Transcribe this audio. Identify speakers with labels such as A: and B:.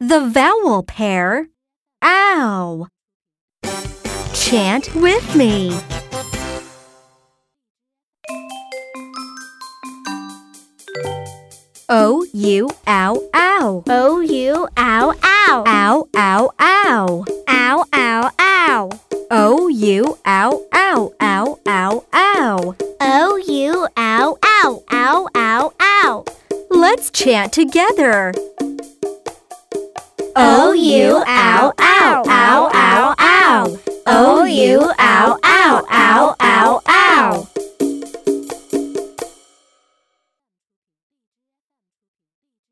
A: The vowel pair, ow. Chant with me. O U ow ow.
B: O U ow ow.
A: Ow ow ow.
B: Ow ow ow.
A: O U ow ow ow ow ow.
B: O U ow ow. Ow ow ow.
A: Let's chant together.
B: O U ow